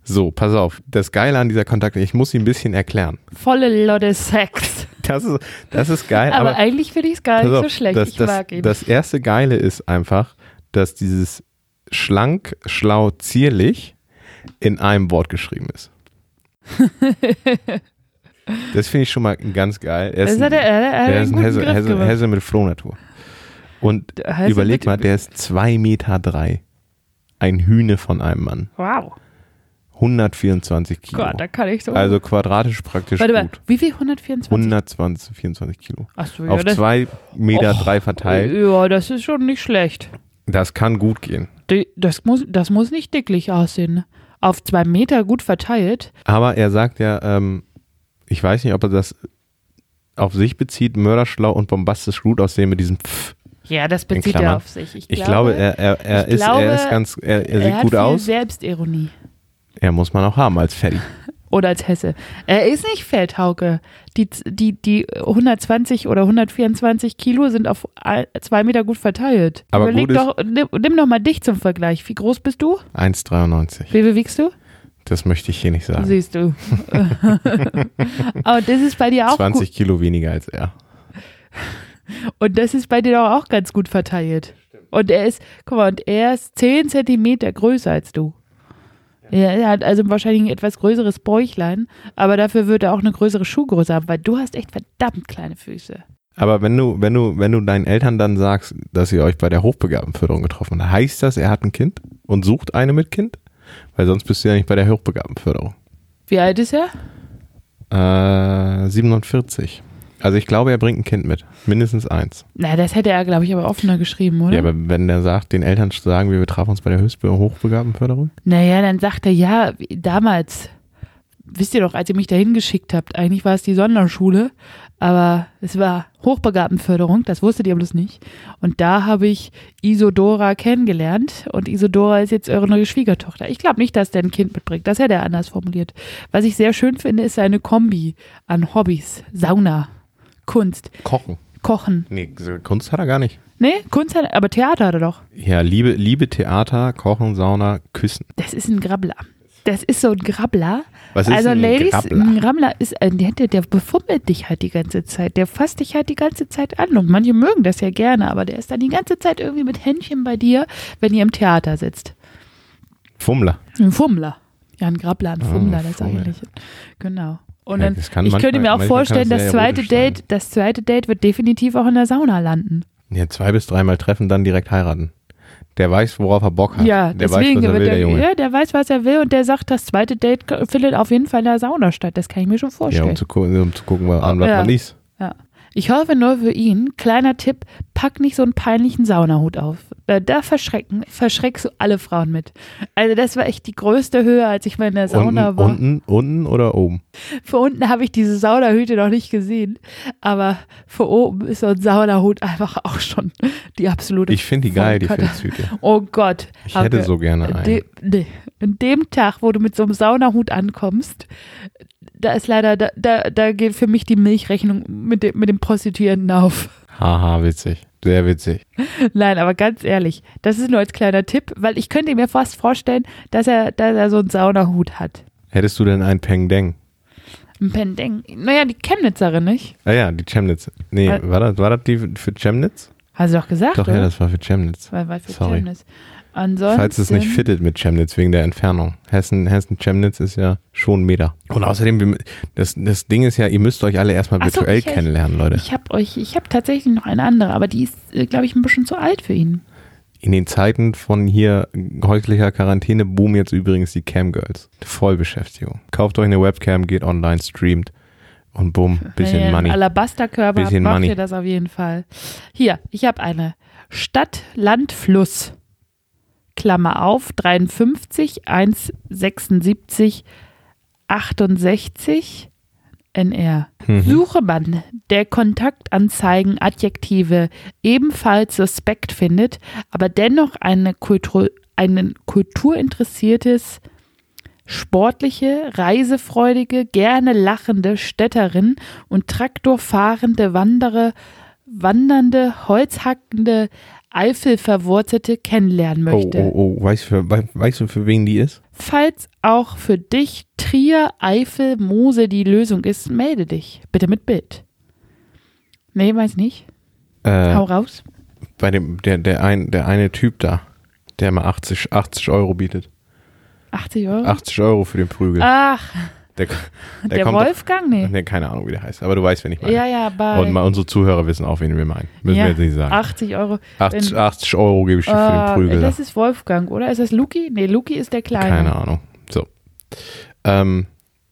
B: So, pass auf. Das Geile an dieser Kontakt, ich muss sie ein bisschen erklären.
C: Volle Lotte Sex.
B: Das ist, das ist geil,
C: Aber,
B: aber,
C: eigentlich finde ich es gar
B: pass
C: nicht so
B: auf,
C: schlecht.
B: Das,
C: ich
B: das,
C: mag ihn.
B: das erste Geile ist einfach, dass dieses schlank, schlau, zierlich in einem Wort geschrieben ist. das finde ich schon mal ganz geil. Er
C: das
B: ist
C: hat er,
B: ein,
C: er, er hat
B: er ist
C: einen
B: ein
C: guten
B: Hesse,
C: Griff
B: Hesse,
C: gemacht.
B: Hesse mit Frohnatur. Und
C: Der Hesse
B: überleg
C: mit-
B: mal, der ist 2,3 Meter. Drei. Ein Hühne von einem Mann.
C: Wow.
B: 124 Kilo.
C: Gott, da kann ich so.
B: also quadratisch praktisch
C: Warte mal,
B: gut.
C: wie viel? 124?
B: 120, 24 Kilo.
C: Achso, ja,
B: Auf
C: das,
B: 2,3 Meter
C: Och,
B: drei verteilt.
C: ja, das ist schon nicht schlecht.
B: Das kann gut gehen.
C: Die- Das muss, das muss nicht dicklich aussehen. Auf zwei Meter gut verteilt.
B: Aber er sagt ja, ähm, ich weiß nicht, ob er das auf sich bezieht, mörderschlau und bombastisch gut aussehen mit diesem Pff.
C: Ja, das
B: In
C: bezieht
B: Klammern.
C: er auf sich. Ich,
B: Ich glaube, er, er, er,
C: ich
B: ist,
C: glaube,
B: er ist ganz, er, er
C: er
B: sieht
C: hat
B: gut
C: viel
B: aus.
C: Selbstironie.
B: Er muss man auch haben als Fatty.
C: Oder als Hesse. Er ist nicht fett, Hauke. Die, die, die 120 oder 124 Kilo sind auf ein- zwei Meter gut verteilt.
B: Aber
C: Überleg
B: gut ist-
C: doch, nimm, nimm doch mal dich zum Vergleich. Wie groß bist du?
B: 1,93.
C: Wie viel wiegst du?
B: Das möchte ich hier nicht sagen.
C: Siehst du. Aber das ist bei dir auch
B: 20 Kilo weniger als er.
C: gut. Und das ist bei dir doch auch ganz gut verteilt. Und er ist, guck mal, und er ist 10 Zentimeter größer als du. Ja, er hat also wahrscheinlich ein etwas größeres Bäuchlein, aber dafür wird er auch eine größere Schuhgröße haben, weil du hast echt verdammt kleine Füße.
B: Aber wenn du, wenn du, wenn du deinen Eltern dann sagst, dass ihr euch bei der Hochbegabtenförderung getroffen habt, heißt das, er hat ein Kind und sucht eine mit Kind? Weil sonst bist du ja nicht bei der Hochbegabtenförderung.
C: Wie alt ist er?
B: Äh, 47. Also ich glaube, er bringt ein Kind mit. Mindestens eins.
C: Na, das hätte er, glaube ich, aber offener geschrieben, oder?
B: Ja, aber wenn der sagt, den Eltern sagen wir, wir trafen uns bei der Höchstbe Hochbegabtenförderung.
C: naja, dann sagt er, ja, wie damals, wisst ihr doch, als ihr mich dahin geschickt habt, eigentlich war es die Sonderschule, aber es war Hochbegabtenförderung, das wusstet ihr bloß nicht. Und da habe ich Isodora kennengelernt und Isodora ist jetzt eure neue Schwiegertochter. Ich glaube nicht, dass der ein Kind mitbringt, das hätte er anders formuliert. Was ich sehr schön finde, ist seine Kombi an Hobbys, Sauna, Kunst,
B: Kochen.
C: Kochen.
B: Nee, so Kunst hat er gar nicht.
C: Nee, Kunst hat, aber Theater hat er doch.
B: Ja, Liebe, Liebe Theater, Kochen, Sauna, Küssen.
C: Das ist ein Grabbler. Das ist so ein Grabbler.
B: Was ist
C: also,
B: ein
C: Ladies,
B: Grabbler?
C: ein Grabbler ist ein, der, der, der befummelt dich halt die ganze Zeit. Der fasst dich halt die ganze Zeit an. Und manche mögen das ja gerne, aber der ist dann die ganze Zeit irgendwie mit Händchen bei dir, wenn ihr im Theater sitzt.
B: Fummler.
C: Ein Fummler. Ja, ein Grabbler, ein Fummler, das ist
B: Ah, Fummel.
C: eigentlich. Genau. Und
B: Ja,
C: dann,
B: das kann
C: ich könnte
B: manchmal-
C: mir auch
B: manchmal kann das
C: vorstellen, das
B: sehr
C: zweite
B: erotisch sein.
C: Date, das zweite Date wird definitiv auch in der Sauna landen.
B: Ja, zwei bis dreimal treffen, dann direkt heiraten. Der weiß, worauf er Bock hat.
C: Ja,
B: der
C: deswegen
B: weiß, was er
C: wird
B: will,
C: der,
B: der Junge. um
C: Ja, der weiß, was er will und der sagt, das zweite Date findet auf jeden Fall in der Sauna statt. Das kann ich mir schon
B: Ja,
C: vorstellen.
B: um zu gucken, um zu gucken wa- an, was
C: Ja.
B: man liest.
C: Ja. Ich hoffe nur für ihn, kleiner Tipp, pack nicht so einen peinlichen Saunahut auf. Da, da verschrecken, verschreckst du alle Frauen mit. Also das war echt die größte Höhe, als ich mal in der Sauna
B: Unten,
C: war.
B: unten, unten oder oben?
C: Vor unten habe ich diese Saunahüte noch nicht gesehen, aber vor oben ist so ein Saunahut einfach auch schon die absolute
B: Ich finde die geil, die
C: Vollkatastrophe.
B: Filzhüte.
C: Oh Gott.
B: Ich
C: Haben
B: hätte
C: wir-
B: so gerne einen.
C: De, nee. An dem Tag, wo du mit so einem Saunahut ankommst, da ist leider, da, da, da geht für mich die Milchrechnung mit dem, mit dem Prostituierten auf.
B: Haha, witzig. Sehr witzig.
C: Nein, aber ganz ehrlich, das ist nur als kleiner Tipp, weil ich könnte mir fast vorstellen, dass er, dass er so einen Saunahut hat.
B: Hättest du denn einen Peng Deng?
C: Ein Pendeng. Naja, die Chemnitzerin, nicht?
B: Ah ja, die Chemnitz. Nee,
C: Äh,
B: war das, war das die für Chemnitz?
C: Hast du doch gesagt,
B: Doch,
C: oder?
B: ja, das war für Chemnitz.
C: Weil, weil für
B: Sorry.
C: Chemnitz. Ansonsten,
B: Falls es nicht fittet mit Chemnitz wegen der Entfernung. Hessen, Hessen Chemnitz ist ja schon ein Meter. Und außerdem, wir- das, das Ding ist ja, ihr müsst euch alle erstmal
C: Ach so,
B: virtuell
C: ich-
B: kennenlernen, Leute.
C: Ich habe euch, ich habe tatsächlich noch eine andere, aber die ist, glaube ich, ein bisschen zu alt für ihn.
B: In den Zeiten von hier häuslicher Quarantäne boomen jetzt übrigens die Camgirls. Vollbeschäftigung. Kauft euch eine Webcam, geht online, streamt und bumm, bisschen
C: Wenn ihr einen
B: Money.
C: Alabasterkörper habt,
B: Bisschen
C: macht
B: Money.
C: ihr das auf jeden Fall. Hier, ich habe eine. Stadt, Land, Fluss. Klammer auf, 53, 176, 68, NR. Suche man, der Kontaktanzeigen Adjektive ebenfalls suspekt findet, aber dennoch eine Kultur, einen kulturinteressiertes sportliche, reisefreudige, gerne lachende Städterin und traktorfahrende, wandere, wandernde, holzhackende, Eifelverwurzelte kennenlernen
B: Oh,
C: möchte.
B: oh, oh, weißt du, für, wei- weißt du, für wen die ist?
C: Falls auch für dich Trier, Eifel, Mose die Lösung ist, melde dich. Bitte mit Bild. Nee, weiß nicht.
B: Äh,
C: Hau raus.
B: bei dem, der, der, ein, der eine Typ da, der mal 80, 80 Euro bietet.
C: 80 Euro.
B: 80 Euro für den Prügel.
C: Ach,
B: der der,
C: Hm? Ah. der,
B: kommt
C: Wolfgang? Nee.
B: Nee, keine Ahnung, wie der heißt, aber du weißt, wen ich meine.
C: Ja, ja, bei.
B: Und mal unsere Zuhörer wissen auch, wen wir meinen. Müssen
C: ja,
B: wir jetzt nicht sagen.
C: 80 Euro.
B: 80,
C: Wenn-
B: 80 Euro gebe ich dir für den
C: Ah,
B: Prügel.
C: Das ist Wolfgang, oder? Ist das Luki? Nee, Luki ist der Kleine.
B: Keine Ahnung. So. Ähm,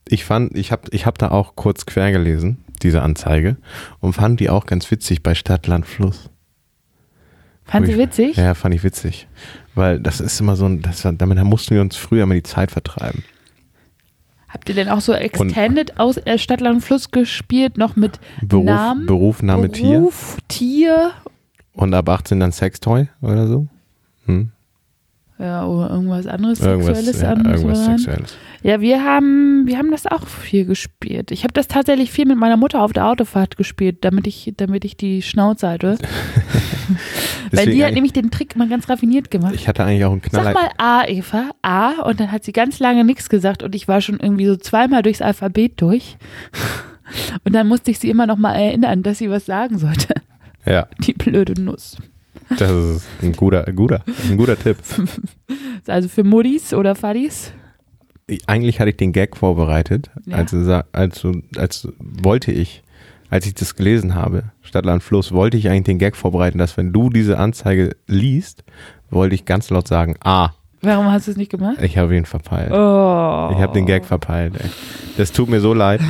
B: ich fand, ich habe ich hab da auch kurz quer gelesen, diese Anzeige, und fand die auch ganz witzig bei Stadt, Land, Fluss.
C: Fand sie
B: Ich-
C: witzig?
B: Ja, fand ich witzig. Weil das ist immer so ein, das, war- damit mussten wir uns früher immer die Zeit vertreiben.
C: Habt ihr denn auch so Extended aus äh, Stadtland Fluss gespielt, noch mit
B: Beruf,
C: Namen?
B: Beruf Name, Tier
C: Beruf, Tier.
B: und ab 18 dann Sextoy oder so. Hm?
C: Ja, oder irgendwas anderes
B: Irgendwas,
C: Sexuelles
B: ja,
C: an
B: irgendwas
C: so ran.
B: Sexuelles.
C: Ja, wir haben, wir haben das auch viel gespielt. Ich habe das tatsächlich viel mit meiner Mutter auf der Autofahrt gespielt, damit ich, damit ich die Schnauze hatte. Weil
B: Deswegen
C: die hat
B: eigentlich-
C: nämlich den Trick mal ganz raffiniert gemacht.
B: ich hatte eigentlich auch einen Knaller.
C: Sag mal A, Eva, A, und dann hat sie ganz lange nichts gesagt und ich war schon irgendwie so zweimal durchs Alphabet durch. Und dann musste ich sie immer noch mal erinnern, dass sie was sagen sollte.
B: Ja,
C: Die blöde Nuss.
B: das ist ein guter, ein guter, ein guter Tipp.
C: Also für Muddis oder Fadis.
B: Ich- eigentlich hatte ich den Gag vorbereitet,
C: Ja.
B: als, du sa- als, du- als wollte ich, als ich das gelesen habe, Stadtland Fluss, wollte ich eigentlich den Gag vorbereiten, dass wenn du diese Anzeige liest, wollte ich ganz laut sagen, ah,
C: Warum hast du es nicht gemacht?
B: ich habe ihn verpeilt.
C: Oh.
B: Äh, Ich habe den Gag verpeilt. Ey. Das tut mir so leid.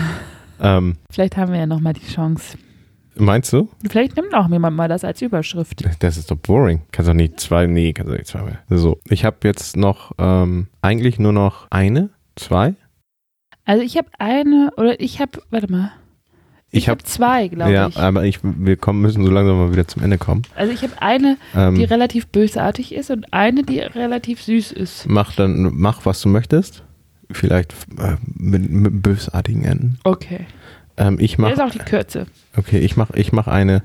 B: Ähm,
C: Oh. Vielleicht haben wir ja nochmal die Chance.
B: meinst du?
C: Vielleicht nimmt auch jemand mal das als Überschrift.
B: Das ist doch boring. Kannst doch nicht zwei, nee, kannst doch nicht zwei. So, ich habe jetzt noch ähm, eigentlich nur noch eine, zwei.
C: Also ich habe eine, oder ich habe, warte mal. Ich,
B: hab-
C: habe zwei, glaube
B: ja,
C: ich.
B: aber ich, wir kommen, müssen so langsam mal wieder zum Ende kommen.
C: Also ich habe eine,
B: Ähm,
C: die relativ bösartig ist und eine, die relativ süß ist.
B: mach dann, mach was du möchtest. Vielleicht äh, mit, mit bösartigen Enden.
C: Okay.
B: Ähm, ich
C: Das
B: mach,
C: ist auch die Kürze.
B: okay, ich mach, ich mach eine,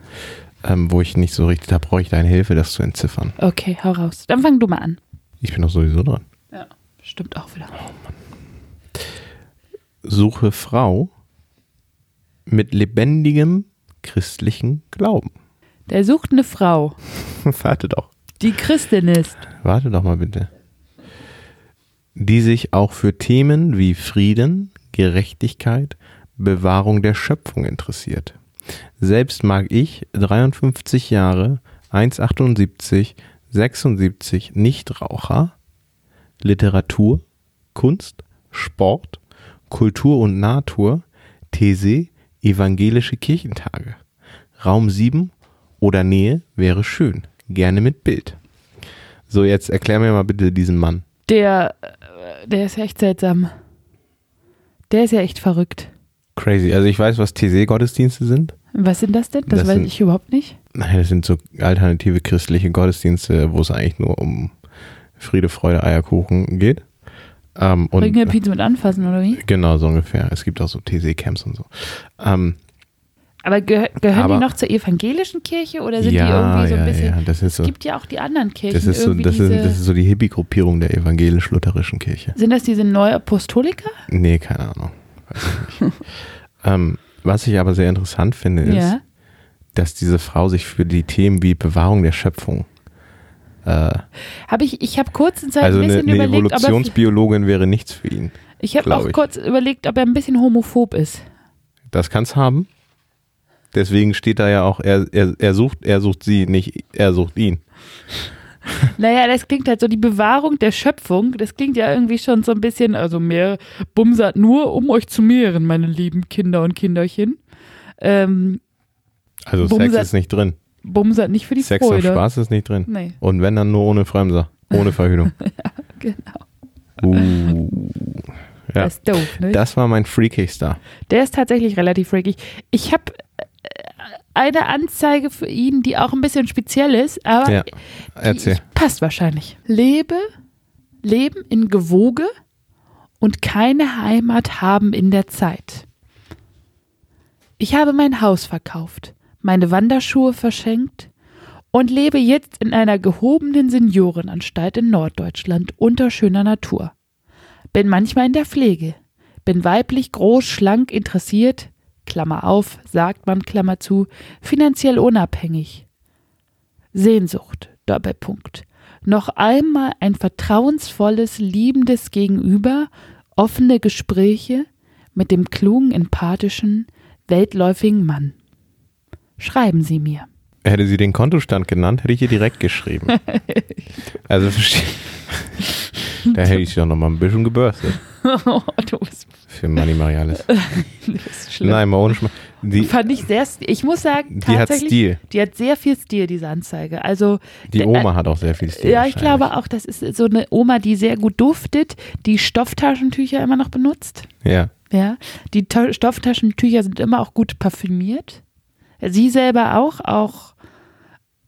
B: ähm, wo ich nicht so richtig, da brauche ich deine Hilfe, das zu entziffern.
C: Okay, hau raus. Dann fang du mal an.
B: Ich bin doch sowieso dran.
C: Ja, stimmt auch wieder.
B: Suche Frau mit lebendigem christlichen Glauben.
C: Der sucht eine Frau,
B: Warte doch.
C: die Christin ist.
B: Warte doch mal bitte. Die sich auch für Themen wie Frieden, Gerechtigkeit, Bewahrung der Schöpfung interessiert. Selbst mag ich 53 Jahre, 1,78, 76 Nichtraucher, Literatur, Kunst, Sport, Kultur und Natur, These, evangelische Kirchentage. Raum 7 oder Nähe wäre schön. Gerne mit Bild. So, jetzt erklär mir mal bitte diesen Mann.
C: Der, äh, der ist ja echt seltsam. Der ist ja echt verrückt.
B: Crazy. Also ich weiß, was TC-Gottesdienste sind.
C: Was sind das denn? Das,
B: Das
C: weiß
B: sind-
C: ich überhaupt nicht.
B: Naja, das sind so alternative christliche Gottesdienste, wo es eigentlich nur um Friede, Freude, Eierkuchen geht. Ähm, und
C: Ringelpiez mit anfassen, oder wie?
B: genau, so ungefähr. Es gibt auch so TC-Camps und so. Ähm,
C: Aber gehö gehören
B: Aber-
C: die noch zur evangelischen Kirche oder sind
B: ja,
C: die irgendwie so
B: ja,
C: ein bisschen.
B: ja, das ist so.
C: Es gibt ja auch die anderen Kirchen.
B: Das ist so,
C: irgendwie
B: das ist,
C: diese,
B: das ist so die Hippie-Gruppierung der evangelisch-lutherischen Kirche.
C: sind das diese Neuapostoliker?
B: Nee, keine Ahnung. Weiß ich nicht. ähm, was ich aber sehr interessant finde, ist,
C: Ja.
B: dass diese Frau sich für die Themen wie Bewahrung der Schöpfung, äh,
C: Hab ich ich habe kurzen Zeit
B: also
C: ein
B: eine,
C: bisschen
B: eine
C: überlegt, ob er,
B: Evolutionsbiologin wäre nichts für ihn.
C: ich habe
B: glaub
C: auch
B: ich.
C: kurz überlegt, ob er ein bisschen homophob ist.
B: Das kann's haben. Deswegen steht da ja auch, er, er, er sucht, er sucht sie, nicht er sucht ihn.
C: Naja, das klingt halt so, die Bewahrung der Schöpfung, das klingt ja irgendwie schon so ein bisschen, also mehr bumsert nur, um euch zu mehren, meine lieben Kinder und Kinderchen. Ähm,
B: Also Sex
C: Bumser-
B: ist nicht drin.
C: bumsert nicht für die
B: Sex
C: Freude.
B: und Spaß ist nicht drin.
C: Nee,
B: Und wenn dann nur ohne Fremser, ohne Verhütung.
C: genau.
B: uh. Ja.
C: Das ist doof, ne?
B: Das war mein Freaky-Star.
C: Der ist tatsächlich relativ freakig. Ich habe eine Anzeige für ihn, die auch ein bisschen speziell ist, aber
B: Ja.
C: die
B: Erzähl.
C: passt wahrscheinlich. Lebe, leben in Gewoge und keine Heimat haben in der Zeit. Ich habe mein Haus verkauft, meine Wanderschuhe verschenkt und lebe jetzt in einer gehobenen Seniorenanstalt in Norddeutschland unter schöner Natur. Bin manchmal in der Pflege, bin weiblich, groß, schlank, interessiert, Klammer auf, sagt man, Klammer zu, finanziell unabhängig. Sehnsucht, Doppelpunkt. Noch einmal ein vertrauensvolles, liebendes Gegenüber, offene Gespräche mit dem klugen, empathischen, weltläufigen Mann. Schreiben Sie mir.
B: Hätte sie den Kontostand genannt, hätte ich ihr direkt geschrieben. also verstehe. Da hätte ich doch noch mal ein bisschen gebürstet.
C: Oh, du bist,
B: Für Manny Marialis.
C: du bist schlimm.
B: Nein, mal ohne Schma die,
C: Fand ich sehr, st- ich muss sagen,
B: Die hat
C: tatsächlich,
B: Stil.
C: die hat sehr viel Stil, diese Anzeige. Also,
B: die
C: der-
B: Oma hat auch sehr viel Stil.
C: Ja, ich
B: wahrscheinlich.
C: glaube auch, das ist so eine Oma, die sehr gut duftet, die Stofftaschentücher immer noch benutzt.
B: Ja.
C: Ja, die Ta- Stofftaschentücher sind immer auch gut parfümiert. Sie selber auch, auch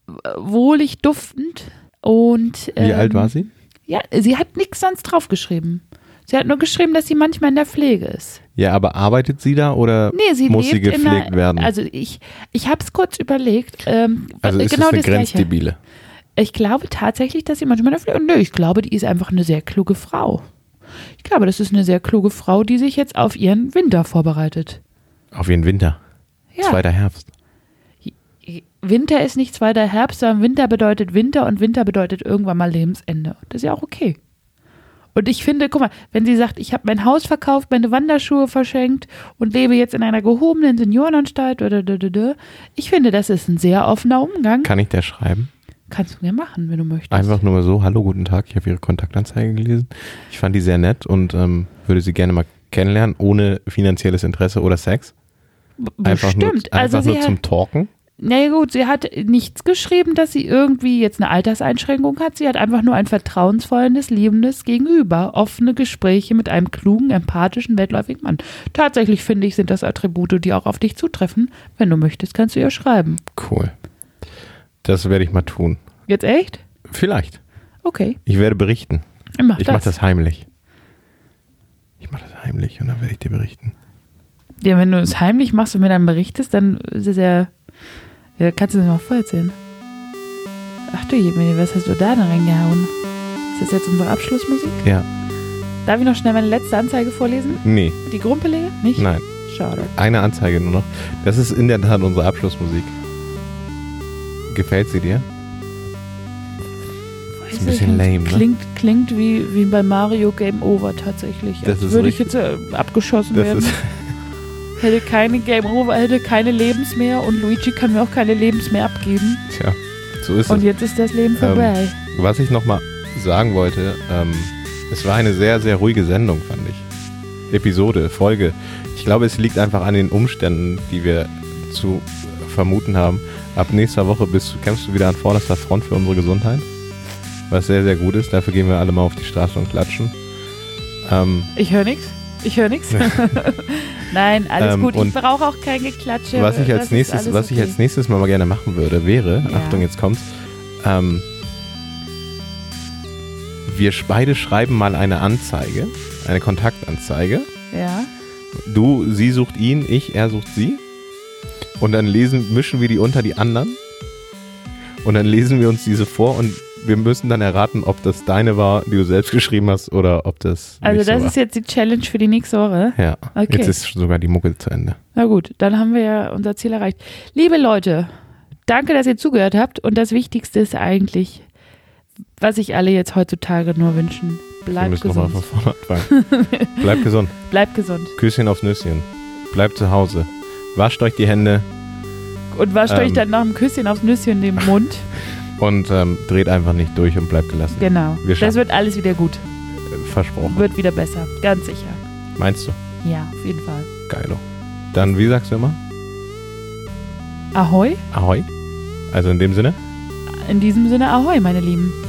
C: äh, wohlig duftend. Und,
B: Wie
C: ähm,
B: alt war sie?
C: Ja, sie hat nichts sonst draufgeschrieben. Sie hat nur geschrieben, dass sie manchmal in der Pflege ist.
B: Ja, aber arbeitet sie da oder
C: Nee, sie
B: muss sie
C: lebt in
B: gepflegt
C: einer,
B: werden?
C: Also ich, ich habe es kurz überlegt. Ähm,
B: Also
C: äh,
B: ist
C: genau
B: es eine
C: das Gleiche.
B: Grenzdebile.
C: Ich glaube tatsächlich, dass sie manchmal dafür. Nö, ich glaube, die ist einfach eine sehr kluge Frau. Ich glaube, das ist eine sehr kluge Frau, die sich jetzt auf ihren Winter vorbereitet.
B: Auf jeden Winter.
C: Ja.
B: Zweiter Herbst.
C: Winter ist nicht zweiter Herbst, sondern Winter bedeutet Winter und Winter bedeutet irgendwann mal Lebensende. Das ist ja auch okay. Und ich finde, guck mal, wenn sie sagt, ich habe mein Haus verkauft, meine Wanderschuhe verschenkt und lebe jetzt in einer gehobenen Seniorenanstalt, oder, dö, dö, dö, ich finde, das ist ein sehr offener Umgang.
B: Kann ich der schreiben?
C: Kannst du ja machen, wenn du möchtest.
B: Einfach nur mal so, hallo, guten Tag, ich habe Ihre Kontaktanzeige gelesen. Ich fand die sehr nett und ähm, würde sie gerne mal kennenlernen, ohne finanzielles Interesse oder Sex.
C: B-
B: Einfach
C: Bestimmt.
B: nur, einfach
C: also sie
B: nur zum
C: hat,
B: Talken.
C: naja gut, sie hat nichts geschrieben, dass sie irgendwie jetzt eine Alterseinschränkung hat. Sie hat einfach nur ein vertrauensvolles, liebendes Gegenüber. Offene Gespräche mit einem klugen, empathischen, weitläufigen Mann. Tatsächlich finde ich, sind das Attribute, die auch auf dich zutreffen. Wenn du möchtest, kannst du ihr schreiben.
B: Cool. Das werde ich mal tun.
C: Jetzt echt?
B: Vielleicht.
C: Okay,
B: Ich werde berichten.
C: ich mach
B: ich
C: das.
B: mache das heimlich. Ich mache das heimlich und dann werde ich dir berichten.
C: Ja, wenn du es heimlich machst und mir dann berichtest, dann ist es ja. ja kannst du es mir auch vorerzählen. Ach du Jemine, was hast du da denn reingehauen? Ist das jetzt unsere Abschlussmusik?
B: Ja.
C: Darf ich noch schnell meine letzte Anzeige vorlesen?
B: Nee,
C: Die Grumpelige? Nicht?
B: nein.
C: Schade.
B: Eine Anzeige nur noch. Das ist in der Tat unsere Abschlussmusik. Gefällt sie dir?
C: Ist
B: ein bisschen lame, ne?
C: Klingt, klingt wie, wie bei Mario Game Over tatsächlich.
B: Das
C: Als
B: ist
C: würde ich jetzt äh, abgeschossen
B: Das
C: werden.
B: ist,
C: Hätte keine Game Over, hätte keine Lebens mehr und Luigi kann mir auch keine Lebens mehr abgeben.
B: tja, so Ähm. ist
C: Und
B: es.
C: jetzt ist das Leben vorbei.
B: Was ich nochmal sagen wollte, ähm, es war eine sehr, sehr ruhige Sendung, fand ich. Episode, Folge. Ich glaube, es liegt einfach an den Umständen, die wir zu vermuten haben. Ab nächster Woche bist, du- kämpfst du wieder an vorderster Front für unsere Gesundheit. Was sehr, sehr gut ist. Dafür gehen wir alle mal auf die Straße und klatschen. Ähm,
C: Ich höre nichts. Ich höre nichts. Nein, alles
B: Ähm,
C: gut. Ich
B: und
C: brauche auch kein Geklatsche.
B: was ich
C: Das
B: als
C: ist
B: nächstes,
C: alles
B: was ich
C: okay.
B: als nächstes Mal, mal gerne machen würde, wäre,
C: Ja.
B: Achtung, jetzt kommt's, ähm, wir beide schreiben mal eine Anzeige, eine Kontaktanzeige.
C: Ja.
B: Du, sie sucht ihn, ich, er sucht sie. Und dann lesen, mischen wir die unter die anderen. Und dann lesen wir uns diese vor und wir müssen dann erraten, ob das deine war, die du selbst geschrieben hast, oder ob das.
C: Also
B: nicht so
C: das
B: war.
C: ist jetzt die Challenge für die nächste Woche.
B: Ja,
C: Okay.
B: jetzt ist schon sogar die Mucke zu Ende.
C: Na gut, dann haben wir ja unser Ziel erreicht. Liebe Leute, danke, dass ihr zugehört habt. Und das Wichtigste ist eigentlich, was sich alle jetzt heutzutage nur wünschen.
B: wir
C: Bleibt
B: müssen nochmal von
C: gesund.
B: vorne anfangen. Bleib gesund.
C: Bleibt gesund.
B: Küsschen aufs Nüsschen. Bleibt zu Hause. Wascht euch die Hände
C: Und wascht euch
B: Ähm.
C: dann nach dem Küsschen aufs Nüsschen den Mund.
B: und ähm, dreht einfach nicht durch und bleibt gelassen.
C: Genau.
B: Wir schaffen-
C: Das wird alles wieder gut.
B: Versprochen.
C: Wird wieder besser. Ganz sicher.
B: Meinst du?
C: Ja, auf jeden Fall.
B: Geilo. Dann, wie sagst du immer?
C: Ahoi.
B: Ahoi. Also in dem Sinne.
C: In diesem Sinne, ahoi, meine Lieben.